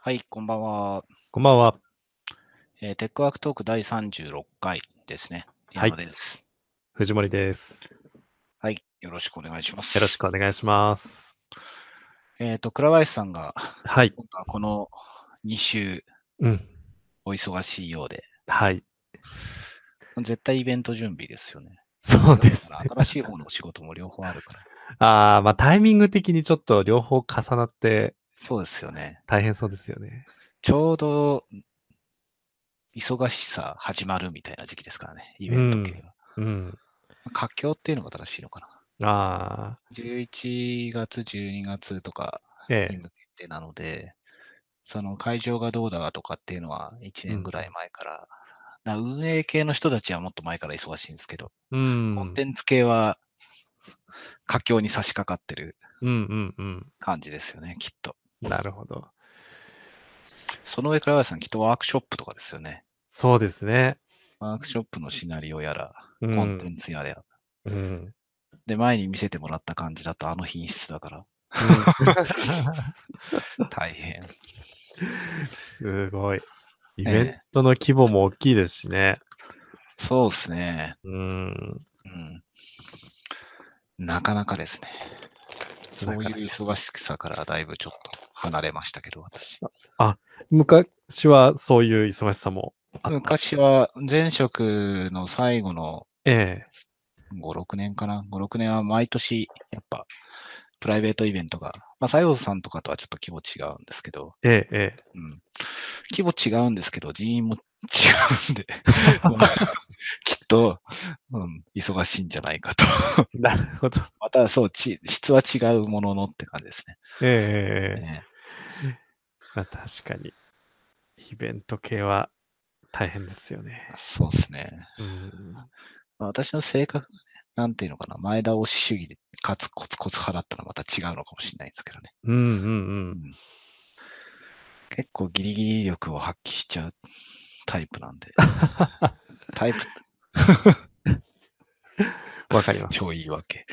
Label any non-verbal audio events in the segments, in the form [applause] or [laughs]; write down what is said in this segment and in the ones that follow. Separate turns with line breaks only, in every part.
はい、こんばんは。
こんばんは。
えーテックワークトーク第36回ですね。
はい
山田です。
藤森です。
はい、よろしくお願いします。
よろしくお願いします。
えっ、と、倉林さんが、
はい。
本当はこの2週、
うん。
お忙しいようで、
はい。
絶対イベント準備ですよね。
そうです
だ [laughs]
ね
か。ら新しい方のお仕事も両方あるから。
ああ、まあタイミング的にちょっと両方重なって
そうですよね。
大変そうですよね。
ちょうど、忙しさ始まるみたいな時期ですからね、イベント系は。
うん。
佳境っていうのが正しいのかな。
ああ、
11月、12月とか、
え
に
え。
向けてなので、その会場がどうだとかっていうのは1
う
年
ん
ぐらい前から、な運営系の人たちはもっと前から忙しいんですけど、
うん。
コンテンツ系は佳境に差し掛かってる
うんうんうん。
感じですよね、きっと。
なるほど。
その上、倉林さん、きっとワークショップとかですよね。
そうですね。
ワークショップのシナリオやら、
う
コンテ
ん。
ンツやらや。
うん。うん
で、前に見せてもらった感じだと、あの品質だから、大変。 [laughs]
すごい。イ
え
ベントの規模も大きいですしね。
そうですね。
うん。
うん。なかなかですね。そ
な
う
かなか
いう忙しさからだいぶちょっと離れましたけど、私。
昔はそういう忙しさもあった。
昔は前職の最後の
え
5、6年かな。5、6年は毎年、やっぱ、プライベートイベントが、まあ、西郷さんとかとはちょっと規模違うんですけど、
え、ええ、ええ。
うん。規模違うんですけど、人員も違うん
[laughs]
で、まあきっと、うん、忙しいんじゃないかと。
なるほど。
また、そう、ち質は違うもののって感じですね。
ええええ
ね
まあ、確かに。イベント系は大変ですよね。
そうですね。
うん、
まあ私の性格がね、なんていうのかな、前倒し主義で、かつコツコツ派だったのはまた違うのかもしれないんですけどね。
うん、うん、
うん結構ギリギリ力を発揮しちゃうタイプなんで、タイプ
うん。わかります。
超言い訳。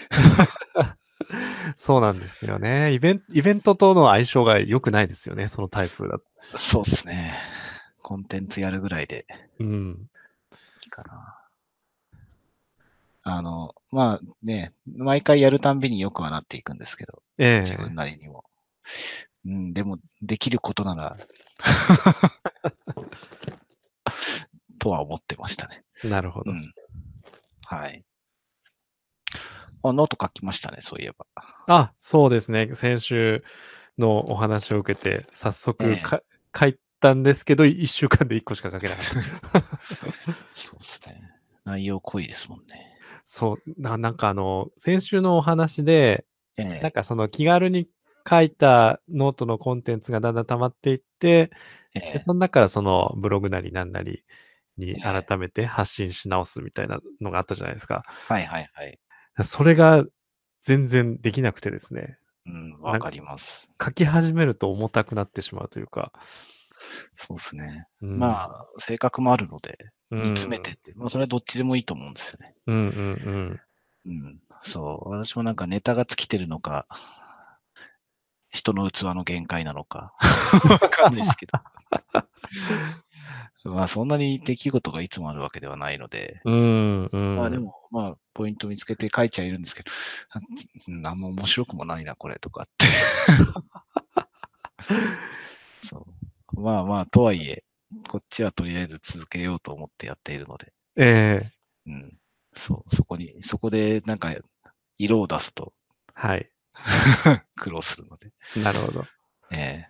そうなんですよねイベン。イベントとの相性が良くないですよね、そのタイプだと。
そうですね。コンテンツやるぐらいで
うん。
いいかな。あの、まあね、毎回やるたんびによくはなっていくんですけど、
ええ
自分なりにも。うん、でも、できることな
[laughs]
ら、とは思ってましたね。
なるほ
う
ど。
ん。はい。あ、ノート書きましたね、そういえば。
あ、そうですね。先週のお話を受けて、早
え
速
え
か、書いたんですけど、1週間で1個しか書けなかった。
そうですね。内容濃いですもんね。
そうな、なんかあの、先週のお話で、
え
なんかその気軽に書いたノートのコンテンツがだんだん溜まっていって、
え
で
ええ
その中からそのブログなりなんなりに
ええ
改めて発信し直すみたいなのがあったじゃないですか。
はいはいはい。
それが全然できなくてですね、
うん、わかります。
書き始めると重たくなってしまうというか。
そうですね。
うん
まあ、性格もあるので、
うん
煮詰めてって、まあ、それはどっちでもいいと思うんですよね。
うんうん
うん、そう、私もなんかネタが尽きてるのか、人の器の限界なのか、 [laughs] わかんないですけど。まあそんなに出来事がいつもあるわけではないので、
うん。うんうん。
まあでも、まあポイント見つけて書いちゃいるんですけど、なん何も面白くもないな、これとかって。そうまあまあ、とはいえ、こっちはとりあえず続けようと思ってやっているので、
ええ
うん。そう、そこに、そこでなんか色を出すと
はい。
苦労するので。
なるほど。
ええ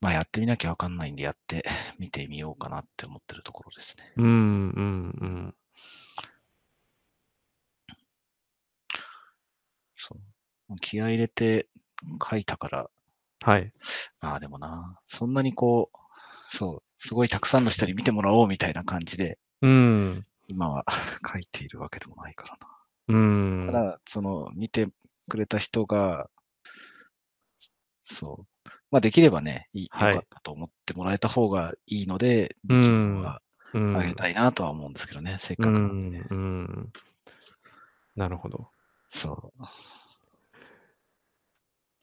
まあやってみなきゃわかんないんでやってみてみようかなって思ってるところですね。
うんうんうん。
そう。気合い入れて書いたから、
はい。
まあでもな、そんなにこう、そう、すごいたくさんの人に見てもらおうみたいな感じで、
うん。
今は [laughs] 書いているわけでもないからな。
うん。
ただ、その、見てくれた人が、そう、まあ、できればね、いい良
はい
かったと思ってもらえた方がいいので、
うん
できるのは
うん
あげたいなとは思うんですけどね、せっ
う
かくなんでね、
んうん。なるほど。
そう。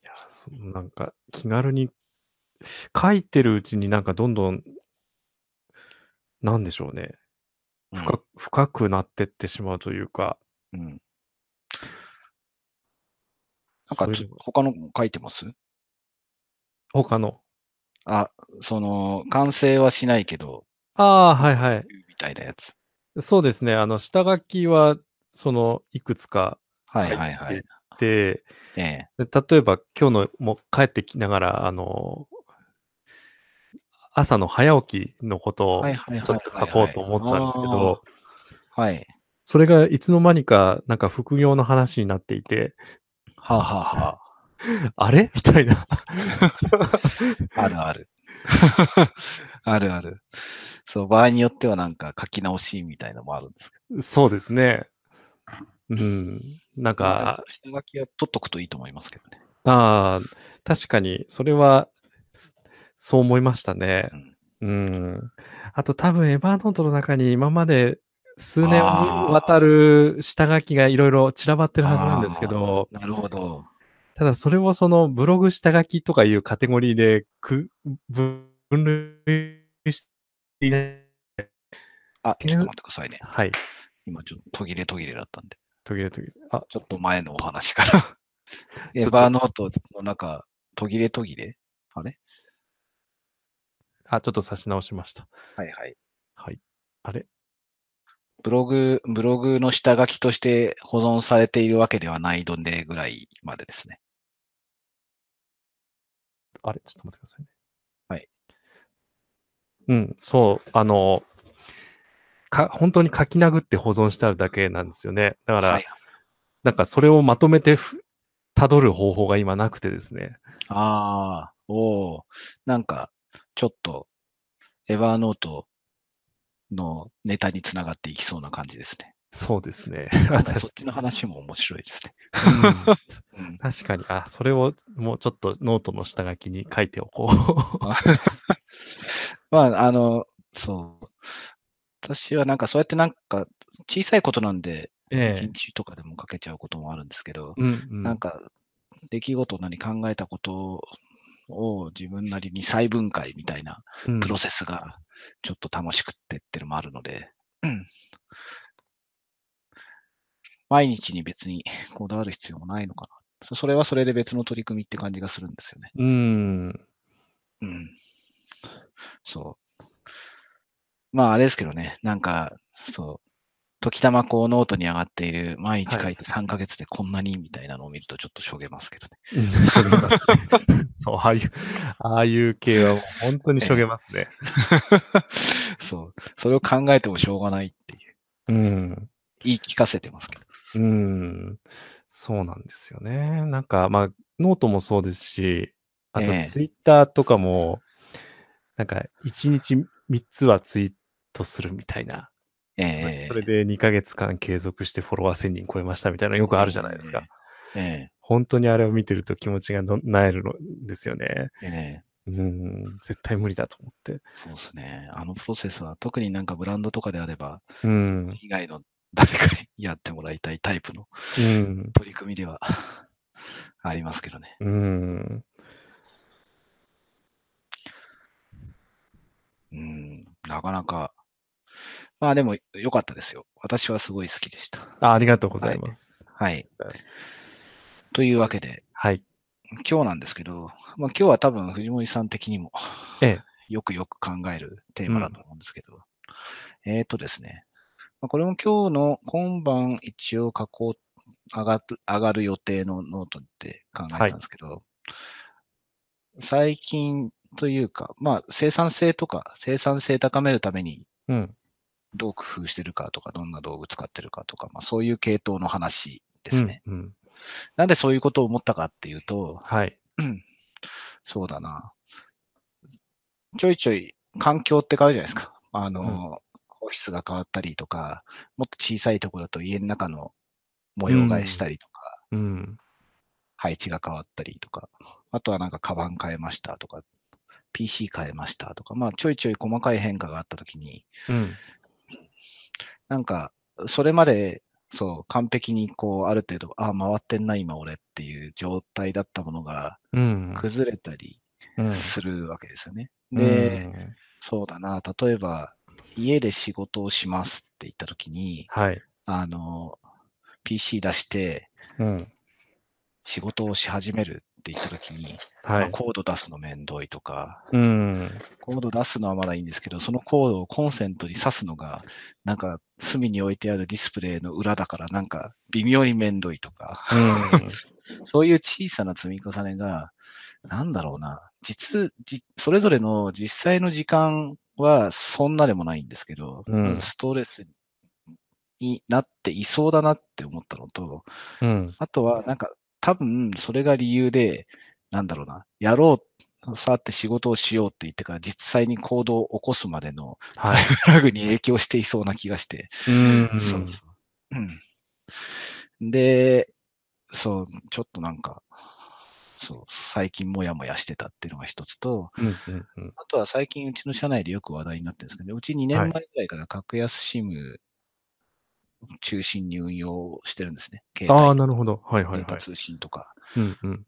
いやそうなんか気軽に書いてるうちになんかどんどん、なんでしょうね。深く深くなってってしまうというか、
うん。うんなんか
そう
つ
いうのが
他の書いてます
他の。
あ、その、完成はしないけど、
ああ、はいはい。
みたいなやつ。
そうですね。あの、下書きは、その、いくつか
はいはいは
書
い
い。で、
ええ。
で例えば今日のもう帰ってきながら、あの、朝の早起きのことを
はい
ち
はいはいはい
ょっと書こうと思ってたんですけ
あー
ど、
はい。
それがいつの間にかなんか副業の話になっていて、
はあ、はあは
あれみたいな。 [laughs]
あ、あるある。 [laughs] あるある。そう、場合によってはなんか書き直しみたいのもあるんですけ
そうですね。うん。なん
ど。まあ
か、
でも下書きは取っとくといいと思いますけどね。
ああ、確かに、それは、そそう思いましたね。うん。あと多分、エヴァーノートの中に今まで数年に
あー
わたる下書きがいろいろ散らばってるはずなんですけど、
なるほど。
ただそれをそのブログ下書きとかいうカテゴリーでく分類していない。
あ、
え
ちょっと待ってくださいね。
はい。
今ちょっと途切れ途切れだったんで。
途切れ途切れ。あ、
ちょっと前のお話から。エ
ち
ヴ
ょっと
ァーノートの中、途切れ途切れあれ
あちょっと差し直しました。
はいはい。
はい。あれ
ブログ、ブログの下書きとして保存されているわけではないのでぐらいまでですね。
あれちょっと待ってくださいね。
はい。
うん、そう、あの、か本当に書き殴って保存してあるだけなんですよね。だから、
はい、
なんかそれをまとめてふ辿る方法が今なくてですね。
ああ、おお、なんか、ちょっと、エヴァーノートのネタにつながっていきそうな感じですね。
そうですね。
なんか
確
そっちの話も面白いですね。
か、
うん
[laughs] 確かに。あ、それをもうちょっとノートの下書きに書いておこう。
まあ、あの、そう。私はなんかそうやってなんか小さいことなんで、
え
一
え。
日とかでもかけちゃうこともあるんですけど、
[laughs] うん、うん。
なんか出来事なり考えたことを自分なりに細分解みたいな
うん
プロセスがちょっと楽しくってってのもあるので、うん毎日に別にこだわる必要もないのかな。そそれはそれで別の取り組みって感じがするんですよね。
うん。
うん。そう。まああれですけどね、なんか、そう、時たまこうノートに上がっている毎日
はい
書いて3ヶ月でこんなにみたいなのを見るとちょっとしょげますけどね。 [laughs]
うん [laughs] しょげますね。ああいう、ああいう系はもう本当にしょげますね。
そう、それを考えてもしょうがないっていう、
うん。
言い聞かせてますけど。
うん。そうなんですよね。なんか、まあ、ノートもそうですし、あと
ええ
ツイッターとかも、なんか、1日3つはツイートするみたいな。
え
それ
え
それで2ヶ月間継続してフォロワー1000人超えましたみたいなのよくあるじゃないですか。
ええ。ええ
本当にあれを見てると気持ちがのなえるのですよね。
ええ、
うん、絶対無理だと思って。
そうですね。あのプロセスは特になんかブランドとかであれば、
うん、
以外の誰かにやってもらいたいタイプの
うん、
取り組みでは [laughs] ありますけどね。
うん。
うん、なかなか。まあでも良かったですよ。私はすごい好きでした。
あありがとうございます。
はい。というわけで、
はい。
今日なんですけど、まあ今日は多分藤森さん的にも
ええ
よくよく考えるテーマだと思うんですけど、えっ、とですね、まあ、これも今日の今晩一応書こう、上がる上がる予定のノートって考えたんですけど、最近というか、まあ生産性とか生産性高めるために
うん。
どう工夫してるかとか、どんな道具使ってるかとか、まあそういう系統の話ですね。
うん。うん。
なんでそういうことを思ったかっていうと、
はい。
そうだな。ちょいちょい環境って変わるじゃないですか。あの、
うん
オフィスが変わったりとか、もっと小さいところだと家の中の模様替えしたりとか、
うん。
配置が変わったりとか、あとはなんかカバン変えましたとか、PC 変えましたとか、まあちょいちょい細かい変化があったときに、
うん。
なんか、それまでそう、完璧にこう、ある程度、ああ、回ってんな、今俺っていう状態だったものが
うん。
崩れたり
うん
するわけですよね。で、
うん
そうだな、例えば、家で仕事をしますって言ったときに、
はい。
あの、PC 出して
うん。
仕事をし始めるって言ったときに、
は
まあ
い。
コード出すのめんどいとか、
うん。
コード出すのはまだいいんですけど、そのコードをコンセントに挿すのが、なんか隅に置いてあるディスプレイの裏だから、なんか微妙にめんどいとか、
うん。
そういう小さな積み重ねが、なんだろうな、実、じそれぞれの実際の時間はそんなでもないんですけど、
うん
ストレスになっていそうだなって思ったのと、
うん。
あとはなんか多分それが理由で、なんだろうな、やろう、さって仕事をしようって言ってから実際に行動を起こすまで
[laughs]
の [laughs]
はい。
プラグに影響していそうな気がして、
うん。
そうそう。うん、で、そう、ちょっとなんか、そう、最近もやもやしてたっていうのが一つと、
うんうんうん
あとは最近うちの社内でよく話題になってるんですけど、うち2年
は
前
い
ぐらいから格安 SIM 中心に運用をしてるんですね。携帯
ああ、なるほど。はいは
デ
い
ー
は
タ
い。
通信とか。
うんうん。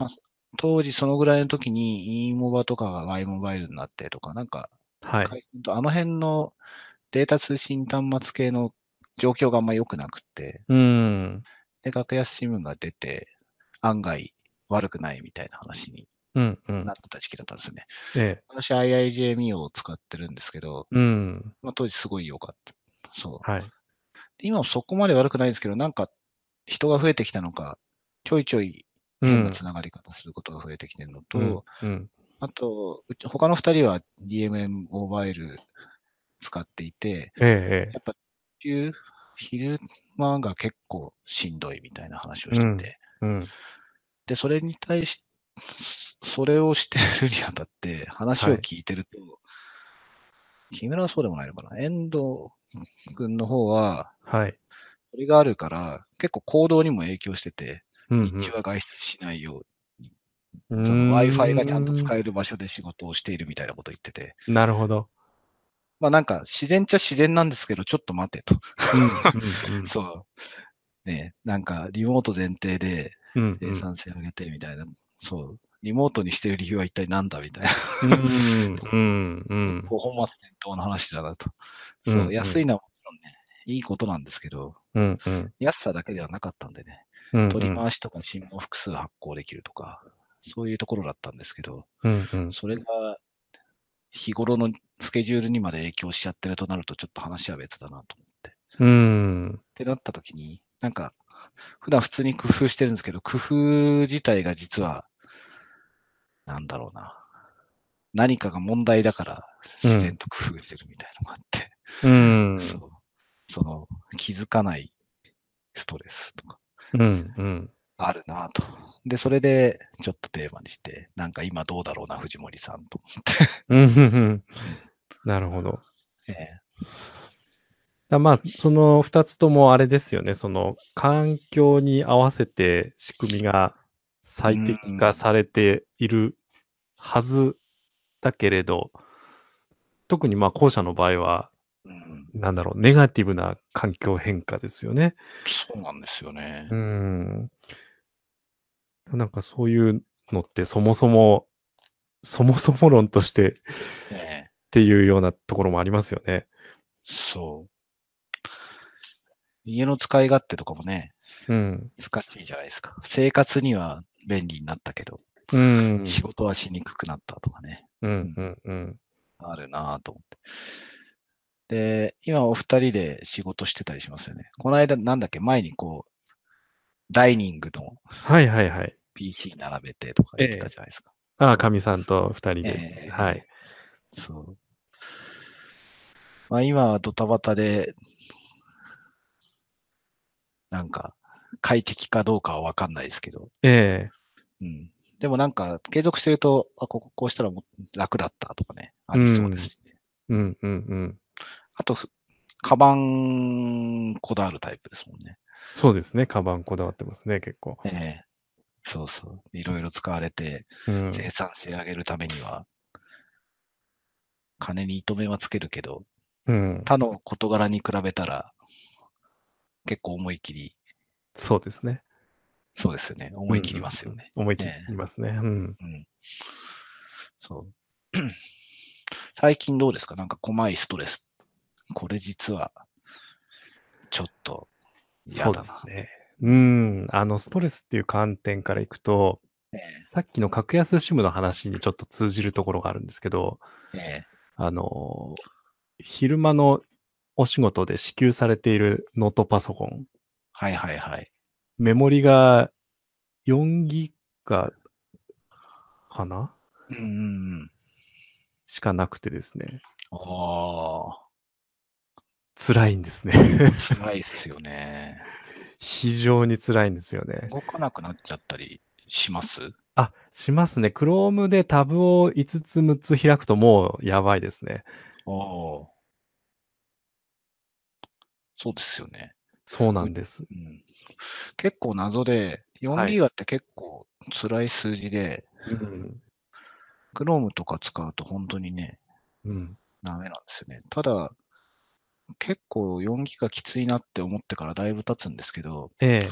当時そのぐらいの時に e モバとかが y モバイルになってとか、なんか、
はい。
回線とあの辺のデータ通信端末系の状況があんま良くなくって、
うん。
で、格安新聞が出て、案外悪くないみたいな話に
うんうん
なっ。てた時期だったんですよね。
ええ。
私、IIJME を使ってるんですけど、
うん。
まあ、当時すごい良かった。そう。
はい。
で今もそこまで悪くないんですけど、なんか人が増えてきたのか、ちょいちょい変なつながり方することが増えてきてるのと、
うんうん
あと、うち他の2人は DMM モバイル使っていて、
ええええ
やっぱ昼、昼間が結構しんどいみたいな話をしてて、
うんうん。
で、それに対し、それをしてるにあたって話を
はい
聞いてると、木村はそうでもないのかな。遠藤君の方は、
はい。
それがあるから、結構行動にも影響してて、
うんうん
日中は外出しないよう
う
に、
ー
そ
ん
の Wi-Fi がちゃんと使える場所で仕事をしているみたいなこと言ってて、
なるほど。
まあなんか自然っちゃ自然なんですけど、ちょっと待てと。
うんうん
そう。ね、なんかリモート前提で
うんう
生
ん
産性上げてみたいな、そう。リモートにしてる理由は一体何だみたいな。
うんうんうん
[laughs] こう本末転倒の話だなと。
うん
そう、
うん
安いのはもちろんね、いいことなんですけど、
うんうん
安さだけではなかったんでね、
うん
取り回しとか新聞を複数発行できるとか、そういうところだったんですけど、
うんうん
それが日頃のスケジュールにまで影響しちゃってるとなると、ちょっと話は別だなと思って。っ
うん
てなった時に、なんか、普段普通に工夫してるんですけど、工夫自体が実は、なんだろうな。何かが問題だから、自然と工夫してるみたいなのがあって。
うん
そう。その、気づかないストレスとか、
うんうん
あるなと。で、それで、ちょっとテーマにして、なんか今どうだろうな、藤森さんと
うんうんなるほど。
思って。
だまあ、その2つともあれですよね、その環境に合わせて仕組みが最適化されているはずだけれど、特にまあ後者の場合は、
うん。
なんだろう、ネガティブな環境変化ですよね。
そうなんですよね
う。ん。なんかそういうのってそもそも、そもそも論としてっ
ね
ていうようなところもありますよね。
そう。家の使い勝手とかもね、
うん。
難しいじゃないですか。生活には便利になったけど、
うん。
仕事はしにくくなったとかね、
うんうんうん。
あるなと思って。で、今お二人で仕事してたりしますよね。この間、なんだっけ、前にこう、ダイニングの
はいはいはい。
PC 並べてとか言ってたじゃないですか。
ああ、かみさんと2人
え
で。
え
はい。
そう。まあ今はドタバタで、なんか快適かどうかはわかんないですけど、
え
う
え
ん。でもなんか継続してると、あ、こここうしたらもう楽だったとかね、ありそうですしね。
うんうんうん。
あと、ふカバンこだわるタイプですもんね。
そうですね。カバンこだわってますね、結構。
ええそうそう。いろいろ使われて、
うん。
生産性上げるためには、金に糸目はつけるけど、
うん、
他の事柄に比べたら、結構思い切り、
そうですね。
そうですよね。思い切りますよね。
思い切りますね。う
う
ん。
ん。そう。 [clears throat] 最近どうですかなんか、細いストレス。これ実は、ちょっと、嫌
そ
だな。
うですね。うん。あの、ストレスっていう観点からいくと、
ね
さっきの格安シムの話にちょっと通じるところがあるんですけど、
ええ
あの、昼間のお仕事で支給されているノートパソコン、
はいはいはい。
メモリが4ギガかな
うんうんうん。
しかなくてですね、
ああ。
辛いんですね。 [laughs]
辛いですよね。
非常に辛いんですよね。
動かなくなっちゃったりします
あ、しますね。Chrome でタブを5つ6つ開くともうやばいですね。
おお。そうですよね、
そうなんです。
うん。結構謎で、4ギガって結構辛い数字で、
うん。
Chrome とか使うと本当にね、
うん。
ダメなんですよね。ただ、結構4ギガきついなって思ってからだいぶ経つんですけど、
ええ。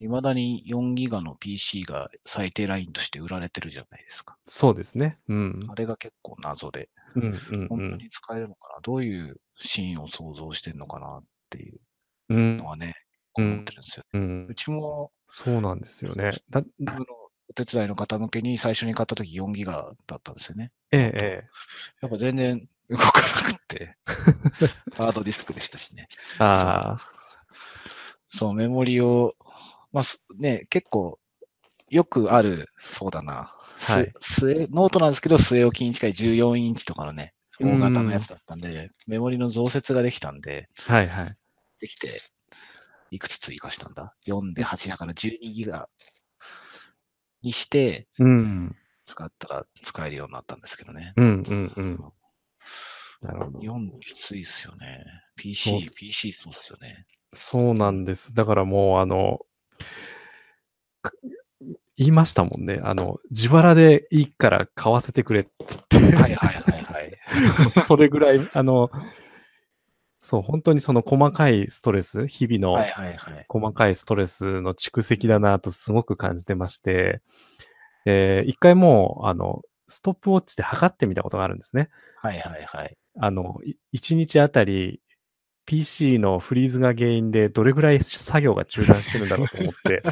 未だに4ギガの PC が最低ラインとして売られてるじゃないですか。
そうですね。うん。
あれが結構謎で。
うんうんう
本当
ん
に使えるのかな、どういうシーンを想像してるのかなっていう
うん
のはね、
うん
思ってるんですよ、ね
うん
う。ちも、
そうなんですよね。だ
あのお手伝いの方向けに最初に買った時4ギガだったんですよね。
ええええ。
やっぱ全然動かなく
[laughs]
って、ハードディスクでしたしね。
ああ。
そう、メモリを、まあすね、結構、よくある、そうだな、す
はい
末ノートなんですけど、据え置きに近い14インチとかのね、大型のやつだったんで、メモリの増設ができたんで、
はいはい。
できて、いくつ追加したんだ ?4 で8だから12ギガにして、
うん。
使ったら使えるようになったんですけどね。
うんうんうん。なるほど。
4きついっすよね。
そう
PC、PC そうっすよね。
そうなんです。だからもう、あの、か言いましたもんね。あの、自腹でいいから買わせてくれって。
はいはいはいはい。[laughs]
[laughs] それぐらい、あの、そう、本当にその細かいストレス、日々
は
の
いはいはい。
細かいストレスの蓄積だなとすごく感じてまして、えー一回もう、あの、ストップウォッチで測ってみたことがあるんですね。
はいはいはい。
あの、い1日あたり PC のフリーズが原因でどれぐらい作業が中断してるんだろうと思って、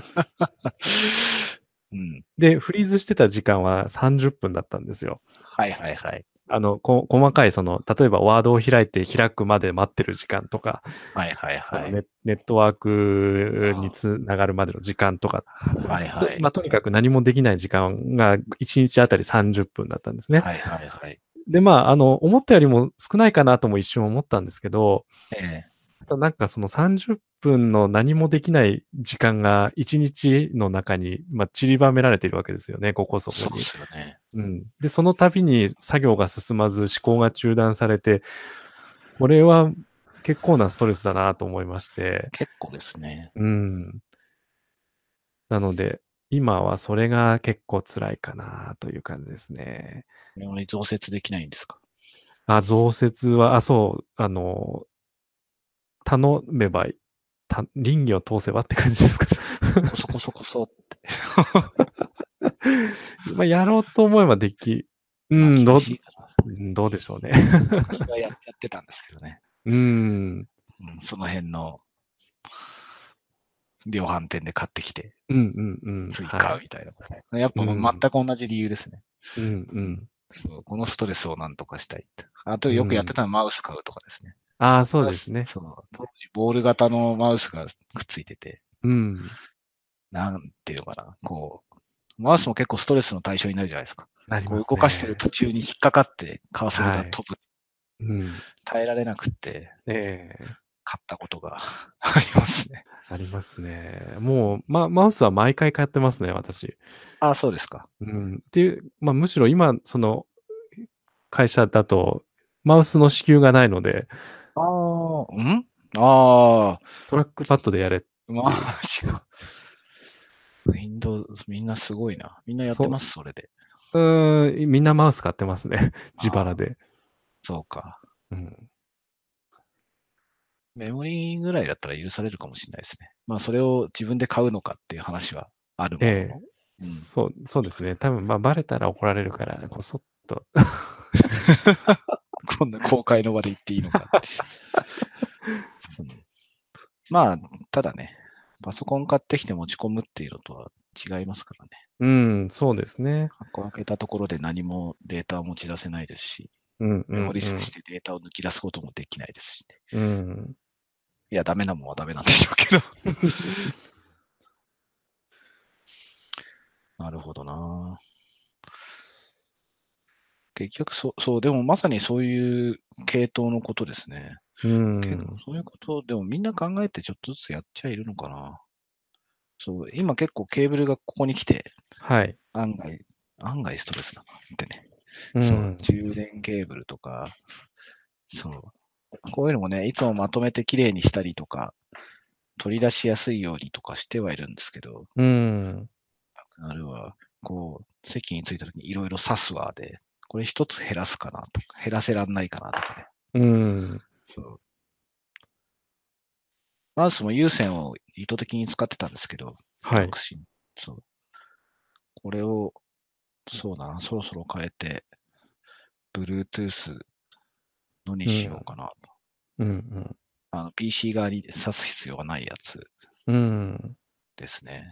うん。
で、フリーズしてた時間は30分だったんですよ。
はいはいはい。
あの、こ細かい、その、例えばワードを開いて開くまで待ってる時間とか、
はいはいは
あ
い。
のネネットワークにつながるまでの時間とか、
はいはい。
まあ、とにかく何もできない時間が1日あたり30分だったんですね。
はいはいはい。
で、まあ、あの、思ったよりも少ないかなとも一瞬思ったんですけど、
え
ただなんかその30分の何もできない時間が1日の中に、まあ、散りばめられているわけですよね、ここ
え
そ
そ
こ
うっ
に。
すよね。
うん、で、その度に作業が進まず思考が中断されて、これは結構なストレスだなと思いまして、
結構ですね。
うん。なので、今はそれが結構辛いかなという感じですね。
メモリ増設できないんですか
あ、増設は、あ、そう、あの、頼めばい、た倫理を通せばって感じ [laughs] ですか。
そこそこそこって。
まあ、やろうと思えばでき、う
まあ
ん、どう
厳、しいかな
うんどうでしょうね。
昔はやっちゃってたんですけどね。
うん、
うんその辺の量販店で買ってきて、
うん、うん、うん、
次
は
買う
い
みたいなことね、やっぱ
うん
全く同じ理由ですね、
うん、うん。
そうこのストレスをなんとかしたいって。あとよくやってたのはマウス買うとかですね。
ああ、そうですね。
そう当時、ボール型のマウスがくっついてて、
うん。
なんていうのかな、こう、マウスも結構ストレスの対象になるじゃないですか。
なり
こ
ま
う
す
動かして
ね
る途中に引っかかって、カーソルが飛ぶ、
うん。
耐えられなくって、
ええ
買ったことが [laughs] ありますね。
ありますね。もう、ま、マウスは毎回買ってますね、私。
ああ、そうですか。
うん、っていう、まあ、むしろ今、その会社だと、マウスの支給がないので、
ああ、うんああ、
トラックパッドでやれ。
ま
[laughs]
あ、違う。Windows、みんなすごいな。みんなやってます、それで。
うーん、みんなマウス買って [laughs] ますね。自腹で。
そうか。
うん、
メモリーぐらいだったら許されるかもしれないですね。まあ、それを自分で買うのかっていう話はあるものの
ええそう、そうですね。多分、まあ、バレたら怒られるから、こそっと。
うん、こんな公開の場で言っていいのかって、うんまあ、ただね、パソコン買ってきて持ち込むっていうのとは違いますからね。
うん、そうですね。
箱を開けたところで何もデータを持ち出せないですし、
うん、う
メ
ん
モリスしてデータを抜き出すこともできないですしね。
うん。うん。
いや、ダメなもんはダメなんでしょう
[laughs]
けど。なるほどな。結局そう、そう、でもまさにそういう系統のことですね。
うん
けどそういうこと、でもみんな考えてちょっとずつやっちゃいるのかな。そう、今結構ケーブルがここに来て、
はい。
案外、案外ストレスだなってね。
う
そ
ん
う、。充電ケーブルとか、そう。こういうのもね、いつもまとめてきれいにしたりとか、取り出しやすいようにとかしてはいるんですけど、
うん。
あるいは、こう、席に着いた時にいろいろ刺すわで、これ一つ減らすかなとか、減らせらんないかなとかね。
うん。
そう。マウスも有線を意図的に使ってたんですけど、
はい
革。新そう。これを、そうだな、そろそろ変えて、Bluetooth のにしようかなと。
うん。
あの PC 側に挿す必要がないやつ
うん。うん。
ですね。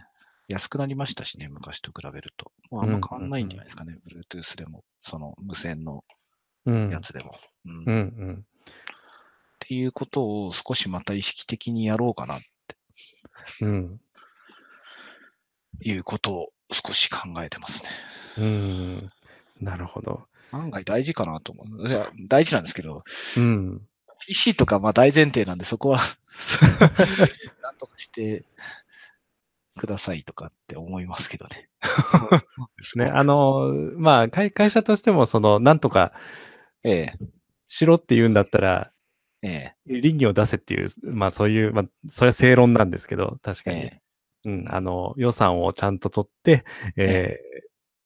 安くなりましたしね、昔と比べると。もうあんま変わんないんじゃないですかね、Bluetooth でも、その無線の
うん。
やつでも、うん
う
っ
ん。
ていうことを少しまた意識的にやろうかな
うん。
ということを少し考えてますね。
うん。なるほど。
案外大事かなと思う。いや、大事なんですけど、
うん。
PC とかまあ大前提なんで、そ
[laughs]
こはなんとかしてくださいとかって思いますけどね。
そうですね。あの、まあ、会会社としても、その、なんとか
ええ、
しろって言うんだったら、
ええ、
倫理を出せっていう、まあそういう、まあ、それは正論なんですけど、確かに。
え
うん、あの、予算をちゃんと取って、えー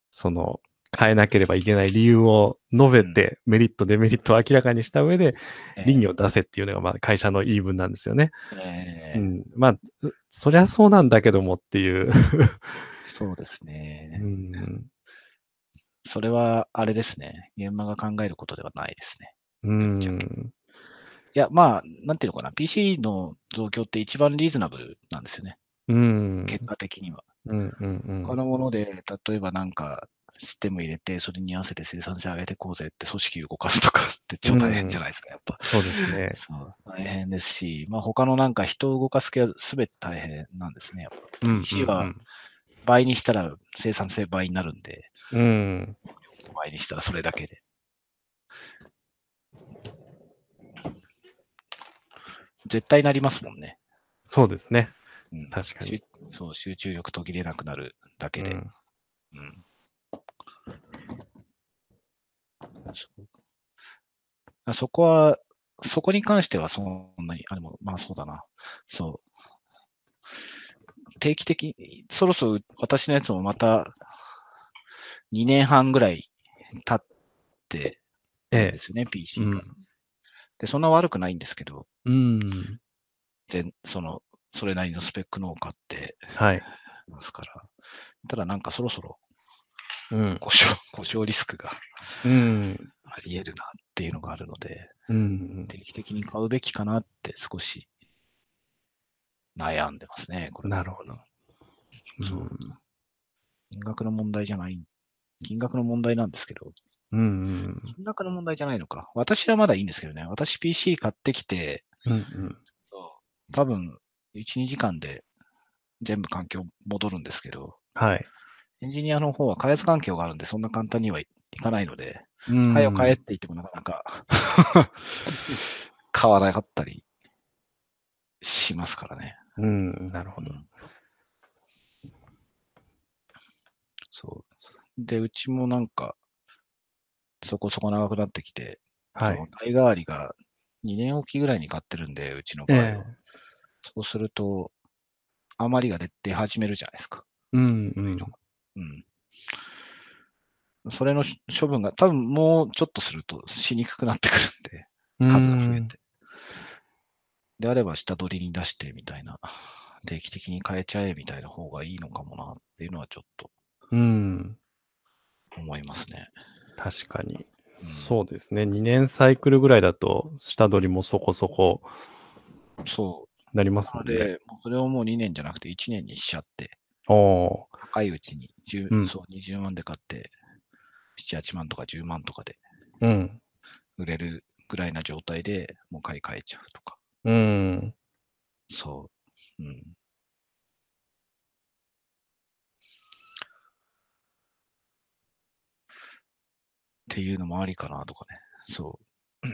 その、変えなければいけない理由を述べて、メリット、デメリットを明らかにした上で、
ええ
倫理を出せっていうのが、まあ、会社の言い分なんですよね。
え
う
え
ん、まあ、そりゃそうなんだけどもっていう。
そうです
う
ね。
ん、
それはあれですね。現場が考えることではないですね。
うん、
いや、まあ、なんていうのかな。PC の増強って一番リーズナブルなんですよね。
うん、
結果的には。
うん、うん、
他のもので、例えばなんか、システム入れて、それに合わせて生産性上げてこうぜって組織動かすとかって超大変じゃないですか、やっぱ。
そうですね。
そう、大変ですし、まあ、他のなんか人を動かす系は全て大変なんですね。やっぱ
うん、
一は倍にしたら生産性倍になるんで、
うん、うん、
倍にしたらそれだけで。絶対なりますもんね。
そうですね。
うん
確かに
集そう集中力途切れなくなるだけで。
うん
うんそうあそこは、そこに関してはそんなに、あ、でも、まあそうだな。そう。定期的に、そろそろ私のやつもまた2年半ぐらい経ってるん
え
ですよね、PC
え、う
が、
ん、
で、そんな悪くないんですけど、
うん、
全その、それなりのスペックのを買って
はい。
ますから。ただなんかそろそろ
うん。
故障、故障リスクが
うん。
あり得るなっていうのがあるので、
うん。
定期的に買うべきかなって少し悩んでますね、これ。
なるほど。
そう金額の問題じゃない。金額の問題なんですけど、
うん。うん。
金額の問題じゃないのか。私はまだいいんですけどね、私 PC 買ってきて、
うん。
多分1、2時間で全部環境戻るんですけど、
はい。
エンジニアの方は開発環境があるんで、そんな簡単にはいいかないので、
うん
はよ帰って言ってもなかなか
[laughs]
買わなかったりしますからね。
うん。なるほど。
そう。で、うちもなんか、そこそこ長くなってきて、
は
その
い。
代替わりが2年おきぐらいに買ってるんで、うちの場合は。
ええ。
そうすると、余りが出出始めるじゃないですか。
うん。うん。
うん。それのし処分が、多分もうちょっとするとしにくくなってくるんで、数が増えて。であれば下取りに出してみたいな、定期的に変えちゃえみたいな方がいいのかもなっていうのはちょっと
うん。
思いますね。
確かに。
うん
そうですね。2年サイクルぐらいだと、下取りもそこそこ
そ
なります
う。な
も
の
んね。
で、もうそれをもう2年じゃなくて1年にしちゃって、
おー
高いうちに10、
うん
そう20万で買って、7、8万とか10万とかで
うん。
売れるぐらいな状態でもう買い替えちゃうとか。
うん。
そう。うん。っていうのもありかなとかね。そう。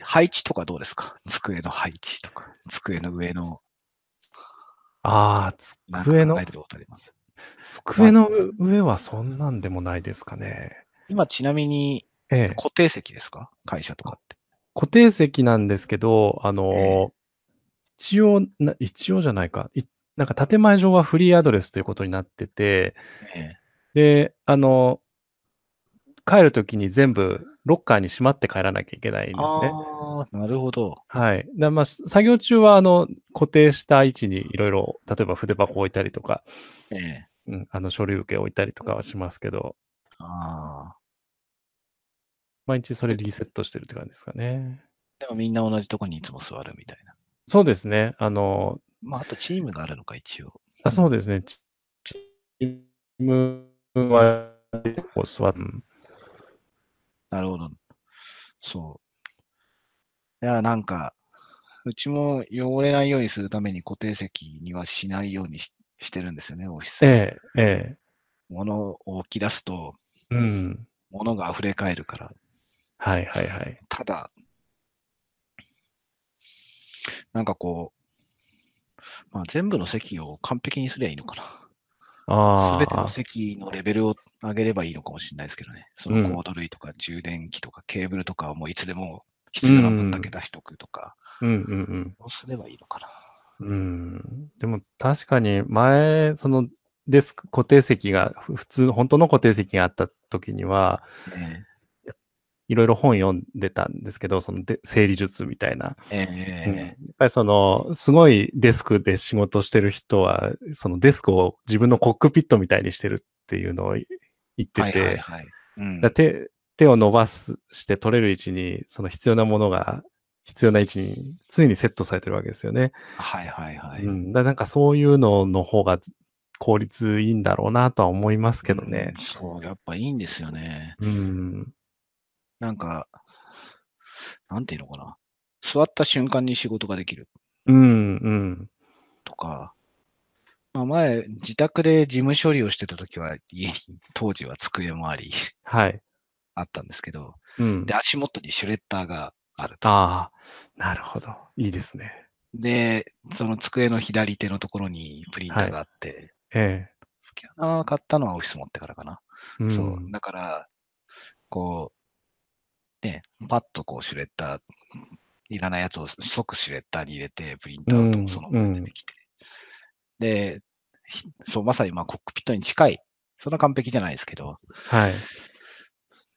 配置とかどうですか机の配置とか、机の上の、
ああ、
なん
机
か考
の
え、てることあります。
机の上はそんなんでもないですかね。
今ちなみに
ええ。
固定席ですか会社とかって。
固定席なんですけど、あのー、
え
一応な、一応じゃないか。いなんか建前上はフリーアドレスということになってて、
え
で、あのー、帰るときに全部ロッカーにしまって帰らなきゃいけないん
え
ですね。
ああ、なるほど。
はい。だまあ、し作業中は、あの、固定した位置にいろいろ、例えば筆箱置いたりとか、
ええ
うん、あの、書類受け置いたりとかはしますけど、
ああ。
毎日それリセットしてるって感じですかね。
でもみんな同じとこにいつも座るみたいな。
そうですね。あの、
まあ、あとチームがあるのか、一応。
あそうですね。チチームは、こう座っうん
なるほど。そう。いや、なんか、うちも汚れないようにするために固定席にはしないようにししてるんですよね、オフィス。
ええ、え
物を置き出すと、
え。うん。
物が溢れ返るから。
はいはいはい。
ただ、なんかこう、まあ、全部の席を完璧にすりゃいいのかな。す
あ
べての
あ、
席のレベルを上げればいいのかもしれないですけどね。そのコード類とか充電器とかケーブルとかはもういつでも必要な分だけ出しとくとか。
うんうん
どうすればいいのかな。
うん。うん。でも確かに前、そのデスク、固定席が、ふ普通の、本当の固定席があった時には、
え
いろいろ本読んでたんですけど、そので整理術みたいな。
えええ
うんやっぱりその、すごいデスクで仕事してる人は、そのデスクを自分のコックピットみたいにしてるっていうのを言ってて、
はいはいはい。うん
だ手手を伸ばすして取れる位置に、その必要なものが必要な位置に常にセットされてるわけですよね。
はいはいはい。
うん、だなんかそういうのの方が効率いいんだろうなとは思いますけどね
う。んそう、やっぱいいんですよね。
うん。
なんか、なんていうのかな。座った瞬間に仕事ができる
うん、うん。
とか、まあ、前、自宅で事務処理をしてた時は、家に当時は机もあり、
はい。
あったんですけど、
うん
で、。足元にシュレッダーがあると。
ああ、なるほど。いいですね。
で、その机の左手のところにプリンターがあって、
え
スキャナー買ったのはオフィス持ってからかな。
え。
そ
ん
う、だから、こう、ね、パッとこう、シュレッダー、いらないやつを即シュレッダーに入れて、プリントアウト
うん
もそのまま出てきて。で、ひそう、まさにまあコックピットに近い。そんな完璧じゃないですけど、
はい。